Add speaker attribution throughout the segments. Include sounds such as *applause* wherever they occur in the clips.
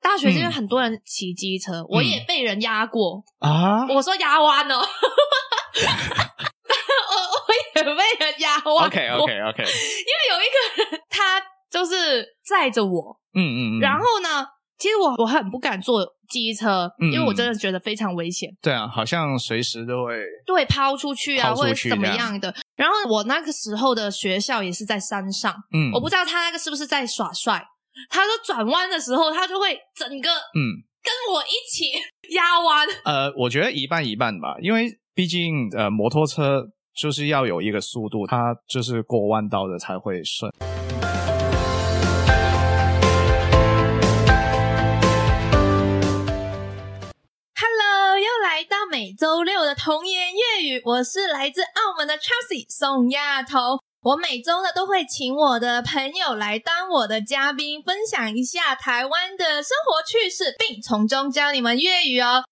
Speaker 1: 大学因为很多人骑机车，我也被人压过，
Speaker 2: 啊
Speaker 1: 我说压弯哦 *laughs* 了，我我也被人 *laughs* 压弯过。
Speaker 2: ，OK OK OK，
Speaker 1: 因为有一个人他就是载着我，
Speaker 2: 嗯嗯嗯，
Speaker 1: 然后呢，其实我我很不敢坐机车，
Speaker 2: 嗯
Speaker 1: 因为我真的觉得非常危险，
Speaker 2: 对啊，好像随时都会，
Speaker 1: 对，抛出去啊
Speaker 2: 抛出
Speaker 1: 或者
Speaker 2: 去
Speaker 1: 是怎么
Speaker 2: 这样
Speaker 1: 样的。然后我那个时候的学校也是在山上，
Speaker 2: 嗯，
Speaker 1: 我不知道他那个是不是在耍帅。他说转弯的时候，他就会整个
Speaker 2: 嗯
Speaker 1: 跟我一起压弯，
Speaker 2: 呃，我觉得一半一半吧，因为毕竟呃，摩托车就是要有一个速度，它就是过弯道的才会顺。
Speaker 1: Hello，又来到每周六的童言粤语，我是来自澳门的 Chelsea 宋亚彤。我每周呢都会请我的朋友来当我的嘉宾，分享一下台湾的生活趣事，并从中教你们粤语哦。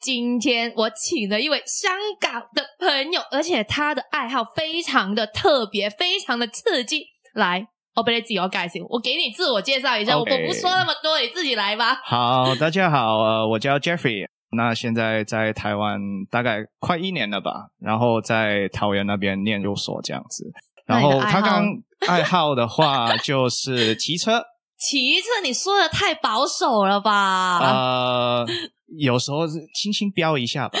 Speaker 1: 今天我请了一位香港的朋友，而且他的爱好非常的特别，非常的刺激。来，我俾你自我介绍，我给你自我介绍一下
Speaker 2: OK
Speaker 1: 我不说那么多，你自己来吧。
Speaker 2: 好，大家好，呃，我叫 Jeffrey，那现在在台湾大概快一年了吧，然后在桃园那边念研究所这样子。然
Speaker 1: 那你
Speaker 2: 后
Speaker 1: 的爱
Speaker 2: 他
Speaker 1: 好
Speaker 2: 刚爱好的话就是
Speaker 1: *laughs*
Speaker 2: 骑车，
Speaker 1: 骑车，你说的太保守了吧？啊
Speaker 2: 呃，有时候是轻轻飙一下吧。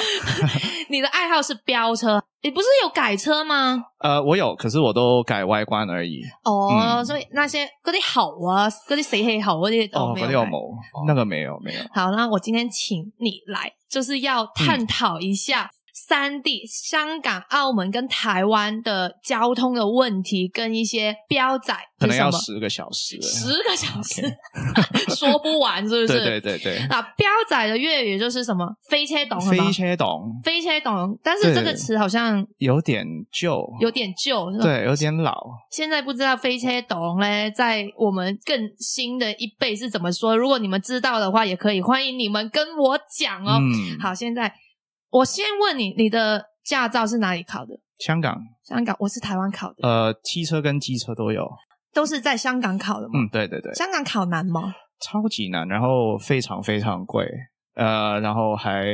Speaker 1: 你的爱好是飙车，你不是有改车吗？
Speaker 2: 呃，我有，可是我都改外观而已。
Speaker 1: 哦，
Speaker 2: 嗯
Speaker 1: 所以那些嗰啲猴啊，嗰啲死氣猴嗰啲都，
Speaker 2: 哦
Speaker 1: 沒
Speaker 2: 嗰
Speaker 1: 有
Speaker 2: 啲
Speaker 1: 改
Speaker 2: 有冇？那个没有，没有。
Speaker 1: 嗯好，那我今天请你来，就是要探讨一下三地、香港、澳门跟台湾的交通的问题，跟一些标仔
Speaker 2: 可
Speaker 1: 是
Speaker 2: 能
Speaker 1: 什
Speaker 2: 要
Speaker 1: 么？
Speaker 2: 十个小时了。
Speaker 1: 十个小时 *laughs* 说不完，是不是？
Speaker 2: 对对对对，
Speaker 1: 啊，标仔的粤语就是什么飞车懂是吗
Speaker 2: 飞？车懂
Speaker 1: 飞车懂，但是这个
Speaker 2: 对
Speaker 1: 词好像
Speaker 2: 有点旧，
Speaker 1: 有点旧，是吧
Speaker 2: 对，有点老。
Speaker 1: 现在不知道飞车懂嘞，在我们更新的一辈是怎么说？如果你们知道的话，也可以欢迎你们跟我讲哦。
Speaker 2: 嗯，
Speaker 1: 好，现在我先问你，你的驾照是哪里考的？
Speaker 2: 香港
Speaker 1: 香港，我是台湾考的，
Speaker 2: 呃，汽车跟机车都有。
Speaker 1: 都是在香港考的吗？
Speaker 2: 嗯，对对对，
Speaker 1: 香港考难吗？
Speaker 2: 超级难，然后非常非常贵，呃，然后还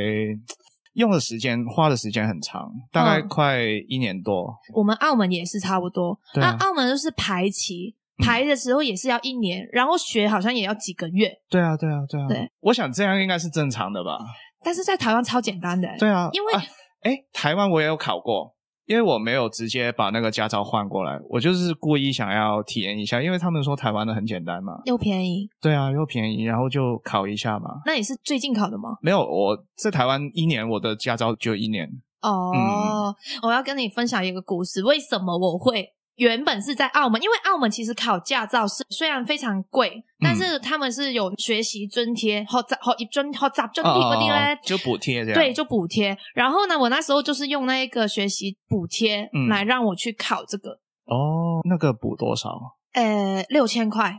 Speaker 2: 用的时间花的时间很长，大概
Speaker 1: 嗯
Speaker 2: 快一年多。
Speaker 1: 我们澳门也是差不多，
Speaker 2: 对啊
Speaker 1: 那澳门就是排期，
Speaker 2: 嗯
Speaker 1: 排的时候也是要一年，然后学好像也要几个月，
Speaker 2: 对啊，对啊，对啊。
Speaker 1: 对
Speaker 2: 我想这样应该是正常的吧？
Speaker 1: 但是在台湾超简单的、
Speaker 2: 对啊，
Speaker 1: 因为
Speaker 2: 啊哎、台湾我也有考过，因为我没有直接把那个驾照换过来，我就是故意想要体验一下，因为他们说台湾的很简单嘛。
Speaker 1: 又便宜。
Speaker 2: 对啊，又便宜，然后就考一下嘛。
Speaker 1: 那你是最近考的吗？
Speaker 2: 没有，我在台湾一年，我的驾照就一年。
Speaker 1: 哦，
Speaker 2: 嗯
Speaker 1: 我要跟你分享一个故事，为什么我会原本是在澳门，因为澳门其实考驾照是虽然非常贵，
Speaker 2: 嗯
Speaker 1: 但是他们是有学习津贴或者或一津或杂津贴嗰啲
Speaker 2: 哦
Speaker 1: 咧。
Speaker 2: 就补贴这样。
Speaker 1: 对，，就补贴。然后呢，我那时候就是用那个学习补贴
Speaker 2: 嗯
Speaker 1: 来让我去考这个，
Speaker 2: 哦，那个补多少？
Speaker 1: 呃，六千块，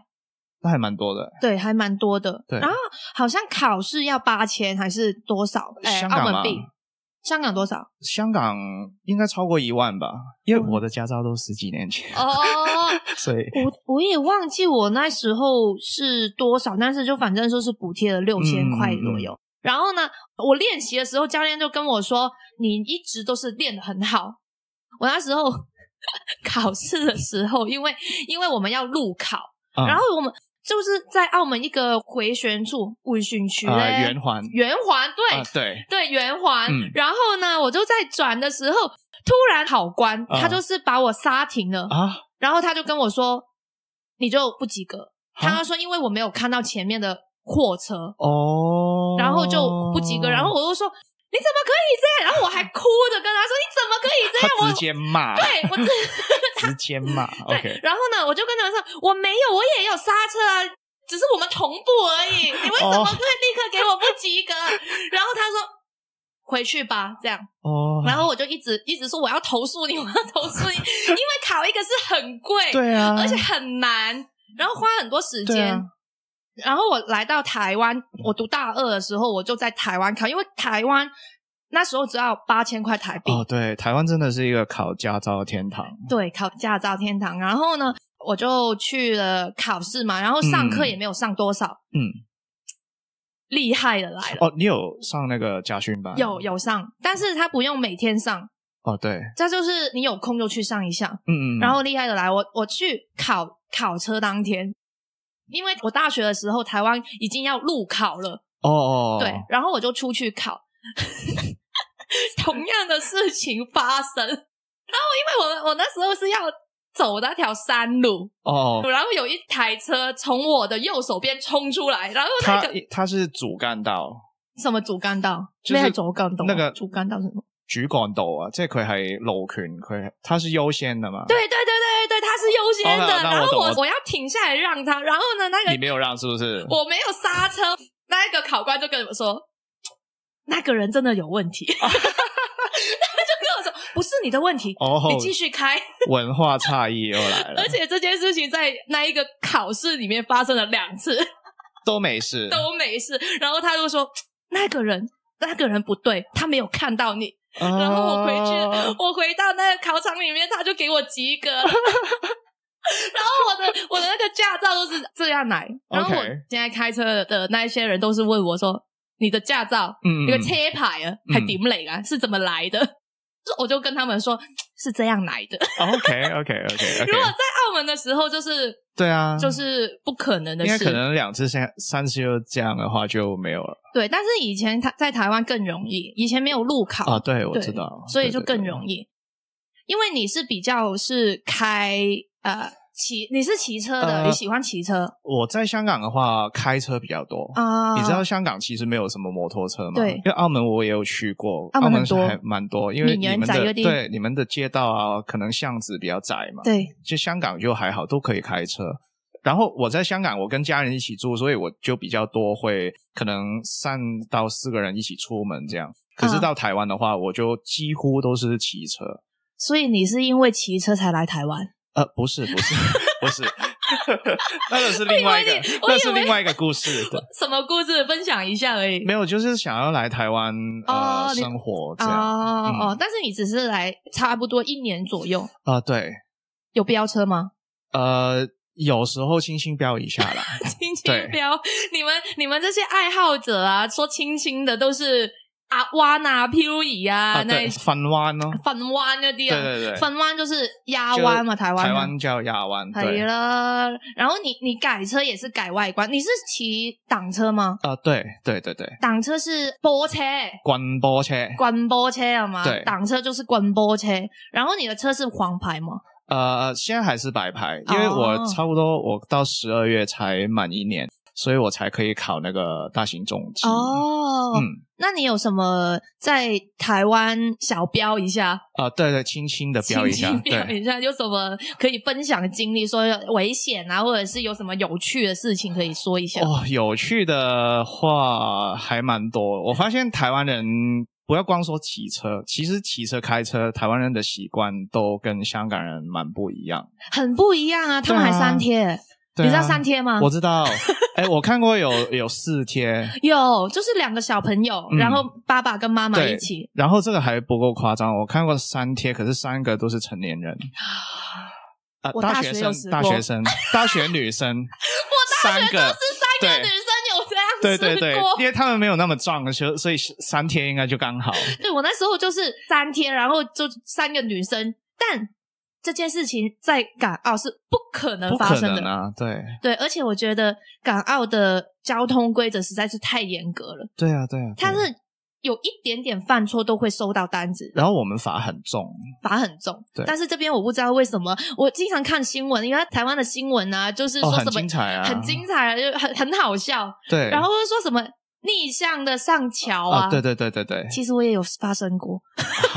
Speaker 2: 那还蛮多的。
Speaker 1: 对，还蛮多的。
Speaker 2: 对
Speaker 1: 然后好像考试要八千还是多少？呃，
Speaker 2: 香
Speaker 1: 澳
Speaker 2: 港
Speaker 1: 门
Speaker 2: 吗
Speaker 1: 币，香港多少？
Speaker 2: *laughs* 香港应该超过一万吧，因为
Speaker 1: 嗯
Speaker 2: 我的驾照都十几年前，
Speaker 1: 哦，
Speaker 2: 所
Speaker 1: *laughs*
Speaker 2: 以
Speaker 1: 我我也忘记我那时候是多少，但是就反正就是补贴了六千
Speaker 2: 嗯
Speaker 1: 块左右。然后呢，我练习的时候，教练就跟我说：“你一直都是练得很好。”我那时候 *laughs* 考试的时候，因为因为我们要路考，
Speaker 2: 啊
Speaker 1: 然后我们就是在澳门一个回旋处回旋区
Speaker 2: 啊
Speaker 1: 嘞
Speaker 2: 圆环
Speaker 1: 圆环对、
Speaker 2: 啊对，
Speaker 1: 对圆环。
Speaker 2: 嗯
Speaker 1: 然后呢，我就在转的时候，突然考官、
Speaker 2: 啊
Speaker 1: 他就是把我刹停了。
Speaker 2: 啊，
Speaker 1: 然后他就跟我说，你就不及格。
Speaker 2: 哈
Speaker 1: 他说，因为我没有看到前面的货车，
Speaker 2: 哦，
Speaker 1: 然后就不及格。然后我就说，你怎么可以这样？然后我还哭着跟他说，你怎么可以这样？
Speaker 2: 他
Speaker 1: 我
Speaker 2: 直接
Speaker 1: *laughs*
Speaker 2: 骂，
Speaker 1: 对我真
Speaker 2: 直接
Speaker 1: *laughs*
Speaker 2: 骂
Speaker 1: 对
Speaker 2: ，OK，
Speaker 1: 然后呢，我就跟他说，我没有，我也有刹车啊，只是我们同步而已。你为什么
Speaker 2: 哦
Speaker 1: 可以立刻给我不及格？ *laughs* 然后他说。回去吧，这样，
Speaker 2: 哦，
Speaker 1: 然后我就一直一直说我要投诉你，我要投诉你，因为考一个是很贵，
Speaker 2: 对啊，
Speaker 1: 而且很难，然后花很多时
Speaker 2: 对
Speaker 1: 间。
Speaker 2: 啊
Speaker 1: 然后我来到台湾，我读大二的时候，我就在台湾考，因为台湾那时候只要八千块台币，
Speaker 2: 哦，对，台湾真的是一个考驾照的天堂，
Speaker 1: 对，考驾照天堂。然后呢，我就去了考试嘛，然后上课
Speaker 2: 嗯
Speaker 1: 也没有上多少，
Speaker 2: 嗯，
Speaker 1: 厉害的来了。
Speaker 2: 哦，你有上那个家训班？
Speaker 1: 有有上，但是他不用每天上，
Speaker 2: 哦，对，
Speaker 1: 这就是你有空就去上一下。
Speaker 2: 嗯嗯，
Speaker 1: 然后厉害的来，我我去考考车当天，因为我大学的时候台湾已经要路考了，
Speaker 2: 哦哦，
Speaker 1: 对，然后我就出去考， *laughs* 同样的事情发生。然后因为我我那时候是要走那条山路，
Speaker 2: 哦，
Speaker 1: 然后有一台车从我的右手边冲出来，然后那
Speaker 2: 他
Speaker 1: 个
Speaker 2: 他是主干道，
Speaker 1: 什么主干道，
Speaker 2: 就是
Speaker 1: 咩係主干道啊？
Speaker 2: 那個
Speaker 1: 主干道是什么？
Speaker 2: 主幹道啊，即係佢係路權，佢他是優先的嘛？
Speaker 1: 对，对对对对对，他是优先的。
Speaker 2: 啊哦那那我
Speaker 1: 然后
Speaker 2: 懂
Speaker 1: 我
Speaker 2: 我
Speaker 1: 我要停下来让他，然后呢，那
Speaker 2: 你
Speaker 1: 个
Speaker 2: 没有让是不 *laughs* 是？
Speaker 1: 我没有刹车，那个考官就跟我说，那个人真的有问
Speaker 2: *laughs*
Speaker 1: 题。他就跟我说，不是你的问题，
Speaker 2: 哦，
Speaker 1: 你继续开。
Speaker 2: 文化差异又来了
Speaker 1: *laughs* 而，且这件事情在那一个考试里面发生了两次，
Speaker 2: 都没事，
Speaker 1: 都没事。然后他就说那个人那个人不对，他没有看到你。
Speaker 2: 啊
Speaker 1: 然后我回
Speaker 2: 哦
Speaker 1: 去，我回到那个考场里面，他就给我及格了。 *laughs* 然后我的我的那个驾照都是这样来，然后我
Speaker 2: OK
Speaker 1: 现在开车的那一些人都是问我说：“你的驾照，
Speaker 2: 嗯，
Speaker 1: 你个车牌啊，
Speaker 2: 嗯
Speaker 1: 还顶垒啊，是怎么来的？” *laughs* 我就跟他们说是这样来的。
Speaker 2: OK OK OK
Speaker 1: *laughs* 如果
Speaker 2: OK，
Speaker 1: 在澳门的时候，就是
Speaker 2: 对啊，
Speaker 1: 就是不可能的
Speaker 2: 应该
Speaker 1: 事
Speaker 2: 可。能两次三三次又这样的话就没有了
Speaker 1: 对，但是以前他在台湾更容易，以前没有路考，
Speaker 2: 啊。对，我
Speaker 1: 对
Speaker 2: 知道，
Speaker 1: 所以就更
Speaker 2: 易。
Speaker 1: 容易。因为你是比较是开呃骑，你是骑车的，
Speaker 2: 呃
Speaker 1: 你喜欢骑车
Speaker 2: 我在香港的话，开车比较多。
Speaker 1: 啊？
Speaker 2: 你知道香港其实没有什么摩托车嘛？
Speaker 1: 对
Speaker 2: 因为澳门我也有去过，
Speaker 1: 澳
Speaker 2: 澳
Speaker 1: 门很
Speaker 2: 是
Speaker 1: 多
Speaker 2: 还蛮多，因为
Speaker 1: 闽
Speaker 2: 你
Speaker 1: 南
Speaker 2: 们
Speaker 1: 窄
Speaker 2: 的
Speaker 1: 嗰啲
Speaker 2: 对你们的街道啊，可能巷子比较窄嘛。
Speaker 1: 对
Speaker 2: 其实香港就还好，都可以开车。然后我在香港，我跟家人一起住，所以我就比较多会可能三到四个人一起出门这样。可是
Speaker 1: 嗯
Speaker 2: 到台湾的话，我就几乎都是骑车。
Speaker 1: 所以你是因为骑车才来台湾？
Speaker 2: 呃，不是，不是，不是， *laughs* 那个是另外一个
Speaker 1: 我以为你，我以为
Speaker 2: 那是另外一个故事。对，
Speaker 1: 什么故事分享一下而已？
Speaker 2: 没有，就是想要来台湾
Speaker 1: 哦
Speaker 2: 呃
Speaker 1: 你
Speaker 2: 生活这
Speaker 1: 哦
Speaker 2: 样啊、
Speaker 1: 哦，但是你只是来差不多一年左右，
Speaker 2: 啊对，
Speaker 1: 有飙车 *laughs* 吗？
Speaker 2: 呃，有时候轻轻飙一下啦，
Speaker 1: 轻轻
Speaker 2: 对
Speaker 1: 飙，你们你们这些爱好者啊，说轻轻的都是啊弯啊、漂移 *laughs* 啊
Speaker 2: 啊，
Speaker 1: 那
Speaker 2: 对，
Speaker 1: 一
Speaker 2: 翻弯哦，
Speaker 1: 粉弯嗰
Speaker 2: 对
Speaker 1: 啲啊。
Speaker 2: 对对，
Speaker 1: 粉湾就是压
Speaker 2: 就
Speaker 1: 弯嘛，台湾啊
Speaker 2: 台
Speaker 1: 嘛
Speaker 2: 湾叫亚湾，
Speaker 1: 系
Speaker 2: 对，啊、
Speaker 1: 啦，然后你你改车也是改外观，你是骑挡车吗？
Speaker 2: 啊对对对对，
Speaker 1: 挡车是波车，
Speaker 2: 滚波车，
Speaker 1: 滚波车好吗？
Speaker 2: 对
Speaker 1: 挡车就是滚波车。然后你的车是黄牌吗？
Speaker 2: 呃，现在还是白牌，因为
Speaker 1: 哦
Speaker 2: 我差不多我到十二月才满一年，所以我才可以考那个大型重机。
Speaker 1: 哦，
Speaker 2: 嗯。
Speaker 1: 那你有什么在台湾小飙一下，
Speaker 2: 啊、对对，轻轻的飙一下，
Speaker 1: 轻轻飙
Speaker 2: 对，
Speaker 1: 一下，有什么可以分享的经历？说危险啊，或者是有什么有趣的事情可以说一下？
Speaker 2: 哦，有趣的话还蛮多。我发现台湾人不要光说骑车，其实骑车、开车，台湾人的习惯都跟香港人蛮不一样。
Speaker 1: 很不一样啊，他们还
Speaker 2: 对啊
Speaker 1: 三贴，
Speaker 2: 对
Speaker 1: 你知道
Speaker 2: 啊
Speaker 1: 三贴吗？
Speaker 2: 我
Speaker 1: *laughs*
Speaker 2: 知道，哎，我看过有有四天，
Speaker 1: 有，就是两个小朋友，
Speaker 2: 嗯
Speaker 1: 然后爸爸跟妈妈
Speaker 2: 对
Speaker 1: 一起，
Speaker 2: 然后这个还不够夸张，我看过三贴，可是三个都是成年人。啊、
Speaker 1: 我大
Speaker 2: 大
Speaker 1: 学
Speaker 2: 学
Speaker 1: 有
Speaker 2: 生
Speaker 1: 试、
Speaker 2: 大
Speaker 1: 过
Speaker 2: 学生、大学
Speaker 1: *laughs*
Speaker 2: 女生，我三
Speaker 1: 就
Speaker 2: 个
Speaker 1: 是三个
Speaker 2: 对
Speaker 1: 女生有这样试过。
Speaker 2: 对对对，因为他们没有那么壮，所以所以三天应该就刚好。
Speaker 1: 对我那时候就是三天，然后就三个女生，但这件事情在港澳是不可能
Speaker 2: 不
Speaker 1: 呃发
Speaker 2: 可
Speaker 1: 生
Speaker 2: 能
Speaker 1: 的。
Speaker 2: 啊！对
Speaker 1: 对，而且我觉得港澳的交通规则实在是太严格了，
Speaker 2: 对啊，对啊。
Speaker 1: 它
Speaker 2: 对啊
Speaker 1: 是有一点点犯错都会收到单子，
Speaker 2: 然后我们罚很重，
Speaker 1: 罚很重。
Speaker 2: 嗯对
Speaker 1: 但是这边我不知道为什么，我经常看新闻，因为台湾的新闻啊，就是
Speaker 2: 哦，
Speaker 1: 说
Speaker 2: 很
Speaker 1: 什么、
Speaker 2: 精彩啊，
Speaker 1: 很精彩，就很很好笑。
Speaker 2: 对。
Speaker 1: 然后又说什么逆向的上桥啊？
Speaker 2: 啊，对对对
Speaker 1: *laughs*
Speaker 2: 对对
Speaker 1: 其实我也有发生过，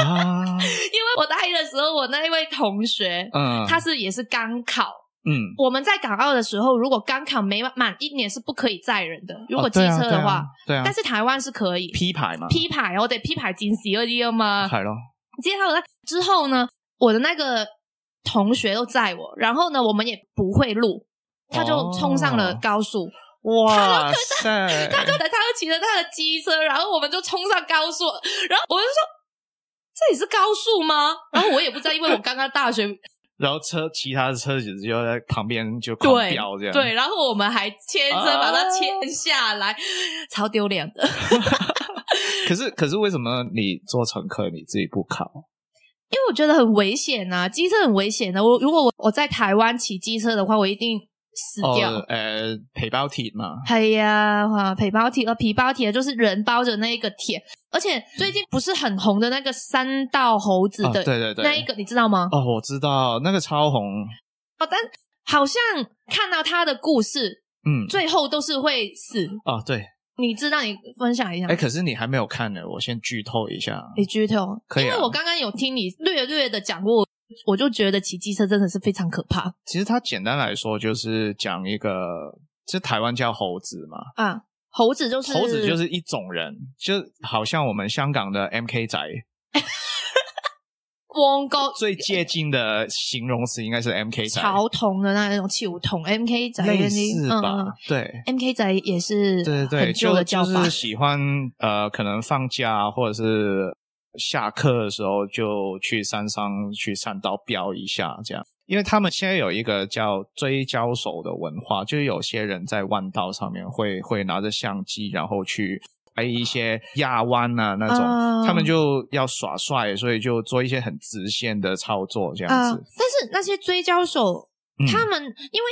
Speaker 2: 啊，
Speaker 1: 因为我大一的时候，我那一位同学，
Speaker 2: 嗯，
Speaker 1: 他是也是刚考。
Speaker 2: 嗯，
Speaker 1: 我们在港澳的时候，如果刚考没满一年是不可以载人的，如果
Speaker 2: 哦
Speaker 1: 机
Speaker 2: 对啊
Speaker 1: 车的话，
Speaker 2: 对啊，对啊
Speaker 1: 但是台湾是可以
Speaker 2: P 牌嘛
Speaker 1: P 牌，我得 P 牌进 C 二 D 了嘛。 *laughs*
Speaker 2: 牌咯，
Speaker 1: 接后呢，之后呢，我的那个同学又载我，然后呢，我们也不会路，他就冲上了
Speaker 2: 哦
Speaker 1: 高速。
Speaker 2: 哇塞，
Speaker 1: *laughs* 他就他就骑着他的机车，然后我们就冲上高速，然后我就说这里是高速吗？然后我也不知道，因为我刚刚大学
Speaker 2: 然后车其他的车子就在旁边就 *laughs* 狂
Speaker 1: 对
Speaker 2: 飙这样，
Speaker 1: 对，然后我们还牵着把
Speaker 2: 啊
Speaker 1: 它牵下来， *laughs* 超丢脸的。
Speaker 2: 可是可是为什么你做乘客你自己不考？
Speaker 1: 因为我觉得很危险啊，机车很危险的。我如果我我在台湾骑机车的话，我一定死掉。
Speaker 2: 哦，呃，皮包铁嘛，
Speaker 1: 哎呀，哇，皮包铁呃，皮包铁就是人包着那一个铁，而且最近不是很红的那个三道猴子
Speaker 2: 哦
Speaker 1: 的、
Speaker 2: 对对对
Speaker 1: 那一个，你知道吗？
Speaker 2: 哦，我知道那个超红，
Speaker 1: 哦，但好像看到他的故事，
Speaker 2: 嗯，
Speaker 1: 最后都是会死。
Speaker 2: 哦对，
Speaker 1: 你知道？你分享一下。
Speaker 2: 哎，可是你还没有看呢，我先剧透一下，
Speaker 1: 你剧透，
Speaker 2: 可以啊
Speaker 1: 因为我刚刚有听你略略的讲过，我就觉得骑机车真的是非常可怕
Speaker 2: 其实它简单来说就是讲一个，这台湾叫猴子嘛，
Speaker 1: 啊！猴子就是
Speaker 2: 猴子就是一种人，就好像我们香港的 MK 仔，
Speaker 1: 翁高
Speaker 2: 最接近的形容词应该是 MK 仔，
Speaker 1: 潮童的那种气五童，MK 仔
Speaker 2: 类
Speaker 1: 跟你
Speaker 2: 似
Speaker 1: 嗯
Speaker 2: 吧？
Speaker 1: 嗯
Speaker 2: 对。
Speaker 1: MK 仔也是
Speaker 2: 对对对，
Speaker 1: 很旧
Speaker 2: 就
Speaker 1: 的叫
Speaker 2: 就
Speaker 1: 法，
Speaker 2: 是喜欢呃，可能放假或者是下课的时候就去山上去山道飙一下这样。因为他们现在有一个叫追焦手的文化，就是有些人在弯道上面会会拿着相机，然后去拍一些压弯啊那种，
Speaker 1: 啊
Speaker 2: 他们就要耍帅，所以就做一些很直线的操作这
Speaker 1: 啊、
Speaker 2: 样子。
Speaker 1: 但是那些追焦手，
Speaker 2: 嗯
Speaker 1: 呃他们因为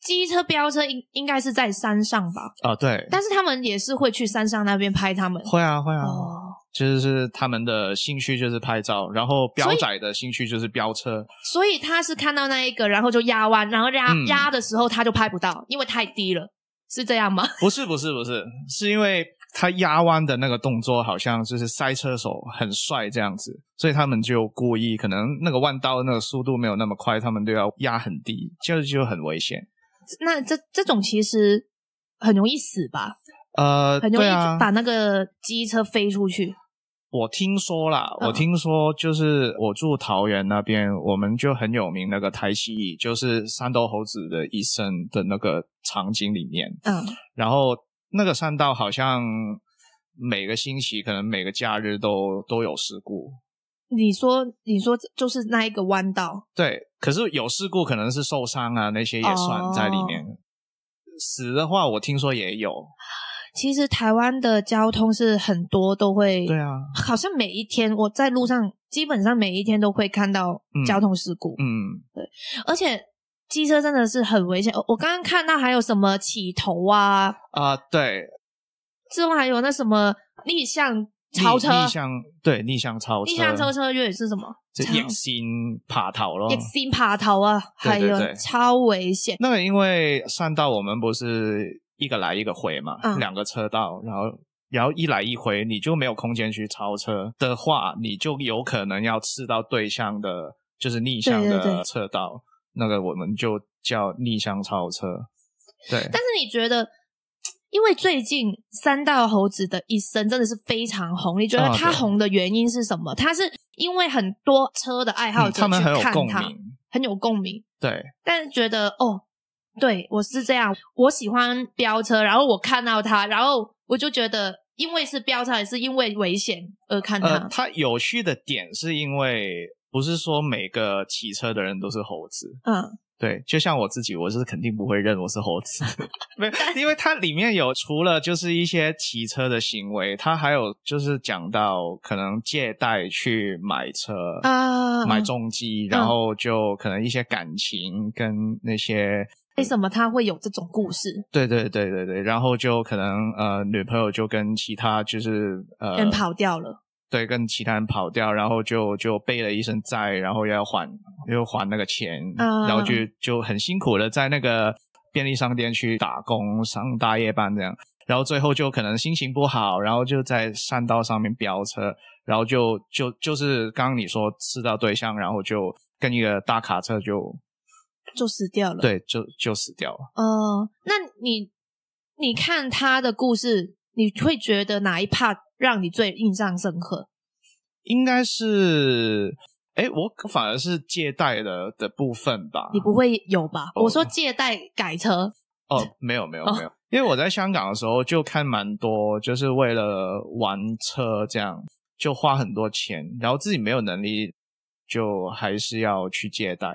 Speaker 1: 机车、飙车应应该是在山上吧，
Speaker 2: 啊、对，
Speaker 1: 但是他们也是会去山上那边拍他们。
Speaker 2: 会啊会啊。
Speaker 1: 哦，
Speaker 2: 就是他们的兴趣就是拍照，然后
Speaker 1: 所
Speaker 2: 彪
Speaker 1: 以
Speaker 2: 仔的兴趣就是飙车，
Speaker 1: 所以他是看到那一个，然后就压弯，然后压、
Speaker 2: 嗯
Speaker 1: 压的时候他就拍不到，因为太低了，是这
Speaker 2: *laughs*
Speaker 1: 样吗？
Speaker 2: 不是不是不是，是因为他压弯的那个动作好像就是塞车手很帅这样子，所以他们就故意可能那个弯道那个速度没有那么快，他们都要压很低，就就很危险。
Speaker 1: 那这这种其实很容易死吧？
Speaker 2: 呃，
Speaker 1: 很容易
Speaker 2: 对啊，
Speaker 1: 把那个机车飞出去。
Speaker 2: 我听说啦，
Speaker 1: 嗯
Speaker 2: 我听说就是我住桃园那边，我们就很有名那个台西裔，就是三头猴子的一生的那个场景里面，
Speaker 1: 嗯，
Speaker 2: 然后那个山道好像每个星期，可能每个假日都都有事故。
Speaker 1: 你说你说就是那一个弯道，
Speaker 2: 对，可是有事故可能是受伤啊，那些也算在里
Speaker 1: 哦
Speaker 2: 面。死的话，我听说也有。
Speaker 1: 其实台湾的交通是很多都会，
Speaker 2: 对啊，
Speaker 1: 好像每一天我在路上基本上每一天都会看到
Speaker 2: 嗯
Speaker 1: 交通事故，
Speaker 2: 嗯，
Speaker 1: 而且机车真的是很危险。我我刚刚看到还有什么起头啊，
Speaker 2: 啊、对，
Speaker 1: 之后还有那什么逆向
Speaker 2: 逆
Speaker 1: 超车。
Speaker 2: 逆向对逆向超车，
Speaker 1: 逆向超车粤语是什么？
Speaker 2: 这
Speaker 1: 超
Speaker 2: 逆
Speaker 1: *laughs*
Speaker 2: 行爬头咯。
Speaker 1: 逆行爬头啊，还
Speaker 2: 对对
Speaker 1: 有
Speaker 2: 对
Speaker 1: 超危险。
Speaker 2: 那个因为山道我们不是一个来一个回嘛，
Speaker 1: 嗯
Speaker 2: 两个车道，然后然后一来一回，你就没有空间去超车的话，你就有可能要吃到对向的，就是逆向
Speaker 1: 对对对
Speaker 2: 的车道，那个我们就叫逆向超车。对，
Speaker 1: 但是你觉得，因为最近三道猴子的一生真的是非常红，你觉得
Speaker 2: 啊
Speaker 1: 它
Speaker 2: 对
Speaker 1: 红的原因是什么？它是因为很多车的爱好
Speaker 2: 嗯
Speaker 1: 者
Speaker 2: 他们
Speaker 1: 去
Speaker 2: 很有
Speaker 1: 看
Speaker 2: 共
Speaker 1: 它，
Speaker 2: 鸣，
Speaker 1: 很有共鸣，
Speaker 2: 对，
Speaker 1: 但是觉得哦，对我是这样，我喜欢飙车，然后我看到它，然后我就觉得，因为是飙车，也是因为危险而看它。嗯
Speaker 2: 呃，它有趣的点是因为不是说每个骑车的人都是猴子，
Speaker 1: 嗯，
Speaker 2: 对，就像我自己，我是肯定不会认我是猴子， *laughs* 没有，因为它里面有除了就是一些骑车的行为，它还有就是讲到可能借贷去买车
Speaker 1: 啊
Speaker 2: 买重机，然后就可能一些感情跟那些，
Speaker 1: 为什么它会有这种故事？
Speaker 2: 对对对对对，然后就可能呃女朋友就跟其他就是呃
Speaker 1: 人跑掉了，
Speaker 2: 对，跟其他人跑掉，然后就就背了一身债，然后要还又还那个钱，
Speaker 1: 啊
Speaker 2: 然后就就很辛苦的在那个便利商店去打工，上大夜班这样，然后最后就可能心情不好，然后就在山道上面飙车，然后就就就是刚刚你说吃到对象，然后就跟一个大卡车就
Speaker 1: 就死掉了。
Speaker 2: 对就就死掉了。
Speaker 1: 哦，那你你看他的故事，你会觉得哪一 part 让你最印象深刻？
Speaker 2: 应该是，哎，我反而是借贷的的部分吧，
Speaker 1: 你不会有吧？
Speaker 2: 哦
Speaker 1: 我说借贷改车，
Speaker 2: 哦，没有没有
Speaker 1: 哦
Speaker 2: 没有，因为我在香港的时候就看蛮多，就是为了玩车这样，就花很多钱，然后自己没有能力就还是要去借贷。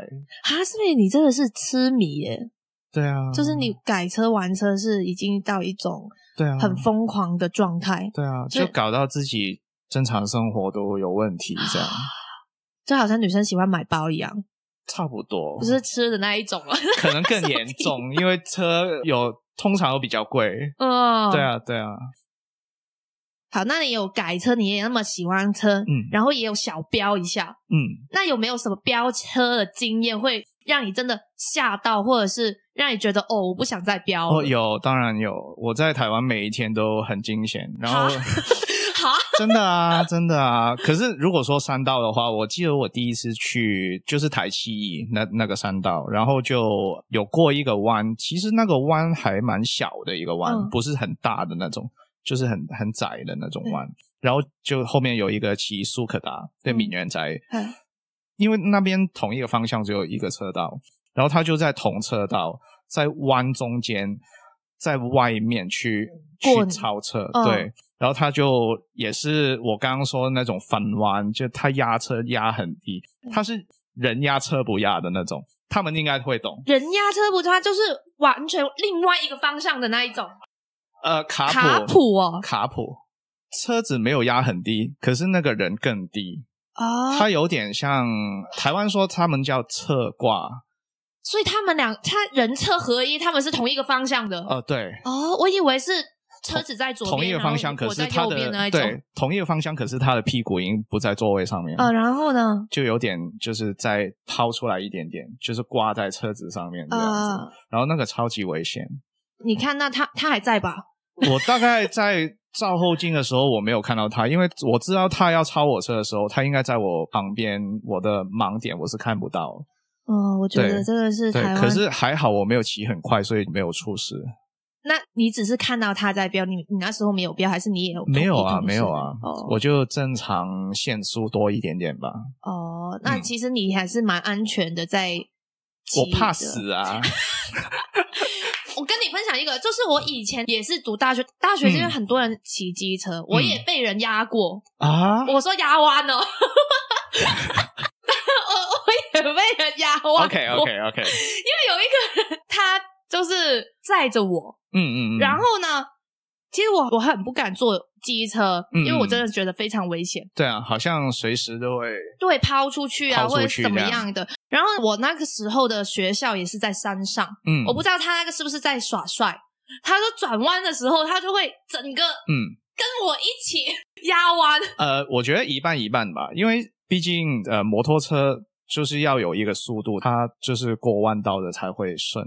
Speaker 1: 哈，是不是你真的是痴迷耶？
Speaker 2: 对啊，
Speaker 1: 就是你改车玩车是已经到一种
Speaker 2: 对啊，
Speaker 1: 很疯狂的状态，
Speaker 2: 对啊，
Speaker 1: 所以
Speaker 2: 就搞到自己正常生活都有问题，这样
Speaker 1: 就好像女生喜欢买包一样，
Speaker 2: 差不多。
Speaker 1: 不是吃的那一种了。
Speaker 2: 可能
Speaker 1: *laughs*
Speaker 2: 更严重，因为车有通常都比较贵。
Speaker 1: 嗯，
Speaker 2: 对。啊，对啊，
Speaker 1: 好，那你有改车，你也那么喜欢车，
Speaker 2: 嗯
Speaker 1: 然后也有小飙一下，
Speaker 2: 嗯，
Speaker 1: 那有没有什么飙车的经验会让你真的吓到，或者是让你觉得哦，我不想再飙了？
Speaker 2: 哦，有，当然有。我在台湾每一天都很惊险，然后
Speaker 1: 哈，
Speaker 2: *laughs* 真的啊，真的啊。可是如果说山道的话，我记得我第一次去就是台七那那个山道，然后就有过一个弯，其实那个弯还蛮小的一个弯，
Speaker 1: 嗯
Speaker 2: 不是很大的那种，就是很很窄的那种弯。然后就后面有一个骑苏可达对
Speaker 1: 嗯
Speaker 2: 闽源宅，
Speaker 1: 嗯
Speaker 2: 因为那边同一个方向只有一个车道，然后他就在同车道在弯中间，在外面去
Speaker 1: 过
Speaker 2: 去
Speaker 1: 你
Speaker 2: 超车，
Speaker 1: 嗯
Speaker 2: 对，然后他就也是我刚刚说的那种反弯，就他压车压很低，
Speaker 1: 嗯
Speaker 2: 他是人压车不压的那种，他们应该会懂。
Speaker 1: 人压车不它就是完全另外一个方向的那一种
Speaker 2: 呃，卡普
Speaker 1: 卡普哦，
Speaker 2: 卡普车子没有压很低，可是那个人更低，
Speaker 1: 哦，
Speaker 2: 他有点像台湾说他们叫侧挂，
Speaker 1: 所以他们俩他人车合一，他们是同一个方向的。
Speaker 2: 呃，对，
Speaker 1: 哦，我以为是车子在左边，
Speaker 2: 同一个
Speaker 1: 然后
Speaker 2: 方向，可
Speaker 1: 我
Speaker 2: 是
Speaker 1: 在
Speaker 2: 他
Speaker 1: 右边那
Speaker 2: 的
Speaker 1: 一种。
Speaker 2: 对同一个方向，可是他的屁股已经不在座位上面，
Speaker 1: 呃，然后呢？
Speaker 2: 就有点就是再抛出来一点点，就是挂在车子上面这样子。
Speaker 1: 啊，
Speaker 2: 然后那个超级危险，
Speaker 1: 你看那他他还在吧？
Speaker 2: 我大概在照后镜的时候我没有看到他，因为我知道他要超我车的时候，他应该在我旁边，我的盲点我是看不到。
Speaker 1: 哦，我觉得
Speaker 2: 对
Speaker 1: 这个是
Speaker 2: 对
Speaker 1: 台，湾。
Speaker 2: 可是还好我没有骑很快，所以没有出事。
Speaker 1: 那你只是看到他在飙，你你那时候没有飙，还是你也有
Speaker 2: 没有
Speaker 1: 同
Speaker 2: 啊，
Speaker 1: 同事
Speaker 2: 没有啊，
Speaker 1: 哦
Speaker 2: 我就正常限速多一点点吧。
Speaker 1: 哦，那
Speaker 2: 嗯
Speaker 1: 其实你还是蛮安全的，在骑
Speaker 2: 我怕
Speaker 1: 着
Speaker 2: 死啊。
Speaker 1: 我跟你分享一个，就是我以前也是读大学，大学因为
Speaker 2: 嗯
Speaker 1: 很多人骑机车，我也被人压过。
Speaker 2: 啊
Speaker 1: 我说压弯哦，我我也被人压弯过。
Speaker 2: OK OK OK，
Speaker 1: 因为有一个人他就是载着我，
Speaker 2: 嗯嗯嗯，
Speaker 1: 然后呢，其实我我很不敢坐机车，
Speaker 2: 嗯
Speaker 1: 因为我真的觉得非常危险，
Speaker 2: 对啊，好像随时都会
Speaker 1: 对，抛出去啊
Speaker 2: 抛出
Speaker 1: 或者
Speaker 2: 去
Speaker 1: 是怎么
Speaker 2: 这样
Speaker 1: 样的。然后我那个时候的学校也是在山上，
Speaker 2: 嗯，
Speaker 1: 我不知道他那个是不是在耍帅。他说转弯的时候，他就会整个
Speaker 2: 嗯
Speaker 1: 跟我一起 *laughs* 压弯。
Speaker 2: 呃，我觉得一半一半吧，因为毕竟呃摩托车就是要有一个速度，它就是过弯道的才会顺，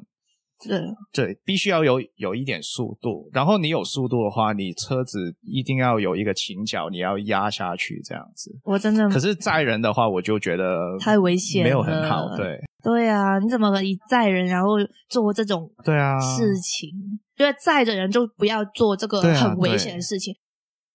Speaker 1: 对，
Speaker 2: 对，必须要有有一点速度，然后你有速度的话，你车子一定要有一个倾角，你要压下去这样子。
Speaker 1: 我真的
Speaker 2: 可是载人的话，我就觉得
Speaker 1: 嗯太危险
Speaker 2: 没有很好，
Speaker 1: 了
Speaker 2: 对
Speaker 1: 对啊，你怎么一载人然后做这种
Speaker 2: 对啊，
Speaker 1: 事情？对，啊载着人就不要做这个
Speaker 2: 对啊
Speaker 1: 很危险的事情。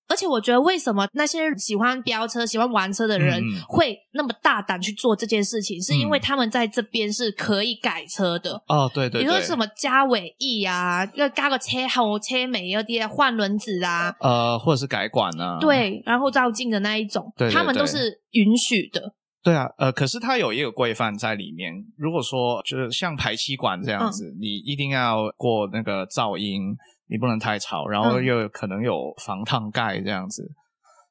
Speaker 1: 而且我觉得，为什么那些喜欢飙车、喜欢玩车的人
Speaker 2: 嗯嗯
Speaker 1: 会那么大胆去做这件事情？是因为
Speaker 2: 嗯
Speaker 1: 他们在这边是可以改车的。
Speaker 2: 哦对对
Speaker 1: 比
Speaker 2: 对，
Speaker 1: 如说什么加尾翼啊，要加个车喉、车尾嗰啲啊，换轮子啊，
Speaker 2: 呃，或者是改管啊，
Speaker 1: 对，然后照镜的那一种，
Speaker 2: 对对
Speaker 1: 他们都
Speaker 2: 对
Speaker 1: 是允许的。
Speaker 2: 对啊，呃，可是它有一个规范在里面。如果说就是像排气管这
Speaker 1: 嗯
Speaker 2: 样子，你一定要过那个噪音，你不能太吵，然后
Speaker 1: 嗯
Speaker 2: 又有可能有防烫盖这样子。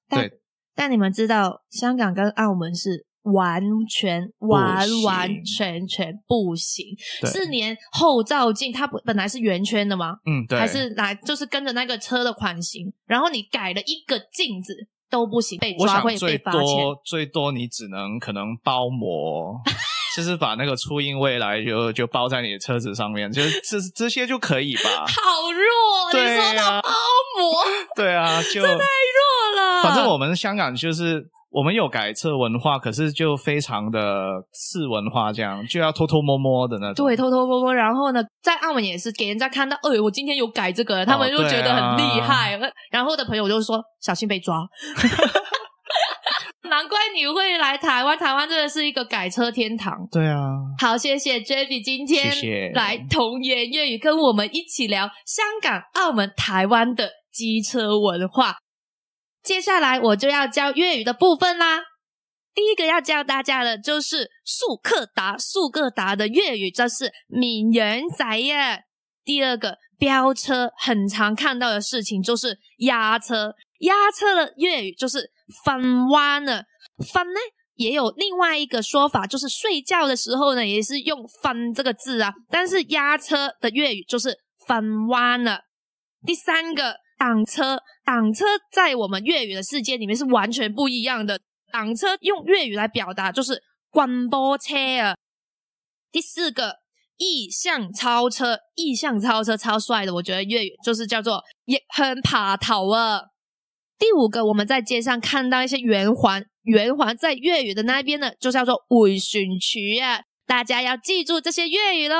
Speaker 1: 但
Speaker 2: 对，
Speaker 1: 但你们知道，香港跟澳门是完全
Speaker 2: 行
Speaker 1: 完完全全不行，
Speaker 2: 对
Speaker 1: 是连后照镜它本本来是圆圈的吗？
Speaker 2: 嗯，对，
Speaker 1: 还是来就是跟着那个车的款型，然后你改了一个镜子都不行，被
Speaker 2: 我
Speaker 1: 抓
Speaker 2: 想
Speaker 1: 会
Speaker 2: 最
Speaker 1: 被罚钱。？
Speaker 2: 多最多你只能可能包膜， *laughs* 就是把那个初音未来就就包在你的车子上面，就是这这些就可以吧
Speaker 1: 好弱，哦你
Speaker 2: 对
Speaker 1: 说到
Speaker 2: 啊
Speaker 1: 包膜 *laughs*
Speaker 2: 对啊，就
Speaker 1: 弱了。
Speaker 2: *laughs* 反正我们香港就是我们有改车文化，可是就非常的次文化，这样就要偷偷摸摸的那种。
Speaker 1: 对，偷偷摸摸，然后呢，在澳门也是给人家看到，哎、我今天有改这个，他们就
Speaker 2: 对
Speaker 1: 觉得很厉
Speaker 2: 啊
Speaker 1: 害。呃然后我的朋友就说，小心被抓。 *laughs* 难怪你会来台湾，台湾真的是一个改车天堂。
Speaker 2: 对啊，
Speaker 1: 好，谢谢 Javi 今天
Speaker 2: 谢谢
Speaker 1: 来童言粤语跟我们一起聊香港、澳门、台湾的机车文化。接下来我就要教粤语的部分啦。第一个要教大家的就是速克达，速克达的粤语就是闽人仔耶。第二个飙车，很常看到的事情就是压车，压车的粤语就是翻弯了，翻呢也有另外一个说法，就是睡觉的时候呢也是用翻这个字啊，但是压车的粤语就是翻弯了。第三个挡车，挡车在我们粤语的世界里面是完全不一样的。挡车用粤语来表达就是关波车啊。第四个意向超车，意向超车超帅的，我觉得粤语就是叫做也很爬头啊。第五个，我们在街上看到一些圆环，圆环在粤语的那边呢，就叫做尾旋渠啊。大家要记住这些粤语喽。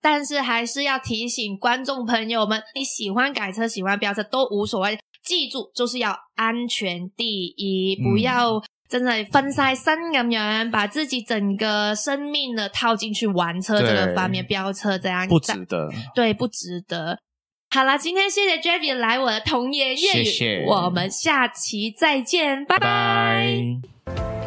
Speaker 1: 但是还是要提醒观众朋友们，你喜欢改车、喜欢飙车都无所谓，记住就是要安全第一，
Speaker 2: 嗯
Speaker 1: 不要真的分晒身咁样，把自己整个生命呢套进去玩车这个
Speaker 2: 对
Speaker 1: 方面，飙车这样
Speaker 2: 不
Speaker 1: 但
Speaker 2: 值得。
Speaker 1: 对，不值得。好了，今天谢谢 Javi 来我的童言粤语，
Speaker 2: 谢谢
Speaker 1: 我们下期再见，拜
Speaker 2: 拜。